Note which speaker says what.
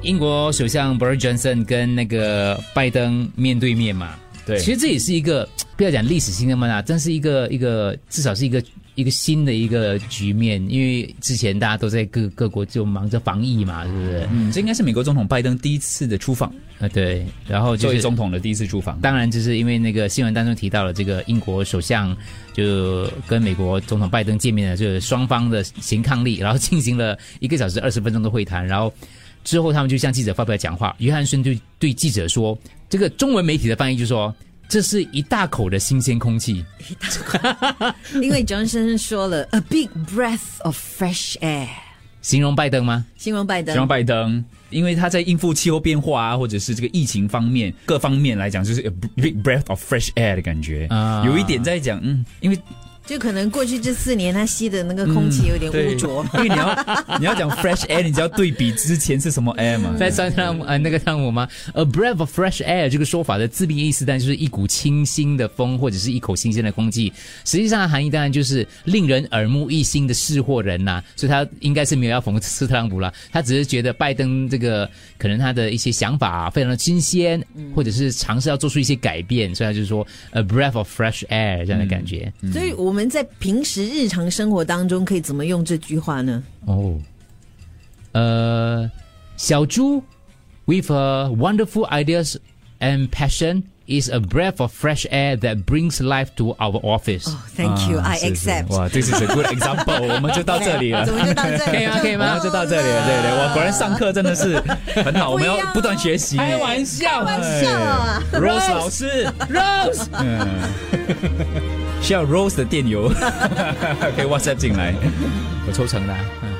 Speaker 1: 英国首相 Boris Johnson 跟那个拜登面对面嘛，
Speaker 2: 对，
Speaker 1: 其实这也是一个不要讲历史性的嘛啦，真是一个一个至少是一个一个新的一个局面，因为之前大家都在各各国就忙着防疫嘛，是不是？
Speaker 2: 嗯，这应该是美国总统拜登第一次的出访，
Speaker 1: 啊，对，然后
Speaker 2: 作
Speaker 1: 就
Speaker 2: 为
Speaker 1: 是
Speaker 2: 总统的第一次出访。
Speaker 1: 当然，就是因为那个新闻当中提到了这个英国首相就跟美国总统拜登见面了，就是双方的行抗力，然后进行了一个小时二十分钟的会谈，然后之后他们就向记者发表讲话。约翰逊就对记者说，这个中文媒体的翻译就说。这是一大口的新鲜空气，
Speaker 3: 因为 Johnson 说了 a big breath of fresh air，
Speaker 1: 形容拜登吗？
Speaker 3: 形容拜登
Speaker 2: 然后拜登，因为他在应付气候变化啊，或者是这个疫情方面各方面来讲，就是 a big breath of fresh air 的感觉，
Speaker 1: 啊
Speaker 2: 有一点在讲，嗯，因为
Speaker 3: 就可能过去这四年他吸的那个空气有
Speaker 2: 嗯
Speaker 3: 点污浊，
Speaker 2: 因为你要你要讲 fresh air，你就要对比之前是什么 air 嘛，
Speaker 1: 在山上呃那个汤姆吗？A breath of fresh air 这个说法的字面意思，但就是一股清新的风或者是一口新鲜的空气。实际上的含义当然就是令人耳目一新的识货人呐、所以他应该是没有要讽刺特朗普啦，他只是觉得拜登这个可能他的一些想法、啊非常的新鲜，或者是尝试要做出一些改变，所以他就说 a breath of fresh air 这样的感觉。
Speaker 2: 嗯
Speaker 3: 所以我们在平时日常生活当中可以怎么用这句话呢？
Speaker 1: 哦，呃，小猪，with her wonderful ideas and passion is a breath of fresh air that brings life to our office。
Speaker 3: 哦、t h a n k you,
Speaker 2: 啊
Speaker 3: I
Speaker 2: 是是
Speaker 3: accept。啊
Speaker 2: 哇，这是 a good example，我们就到这里了
Speaker 3: 怎。么就到这？
Speaker 1: 可以吗可以吗
Speaker 2: 我们就到这里了，对对，我果然上课真的是 很好，我们要
Speaker 3: 不一样
Speaker 2: 不断学习。
Speaker 1: 啊开玩笑哎
Speaker 2: 笑
Speaker 3: 啊
Speaker 2: Rose 老师嗯
Speaker 1: ，Rose，
Speaker 2: 需要 Rose 的电邮，可以 WhatsApp 进来。
Speaker 1: 我抽成的啊、嗯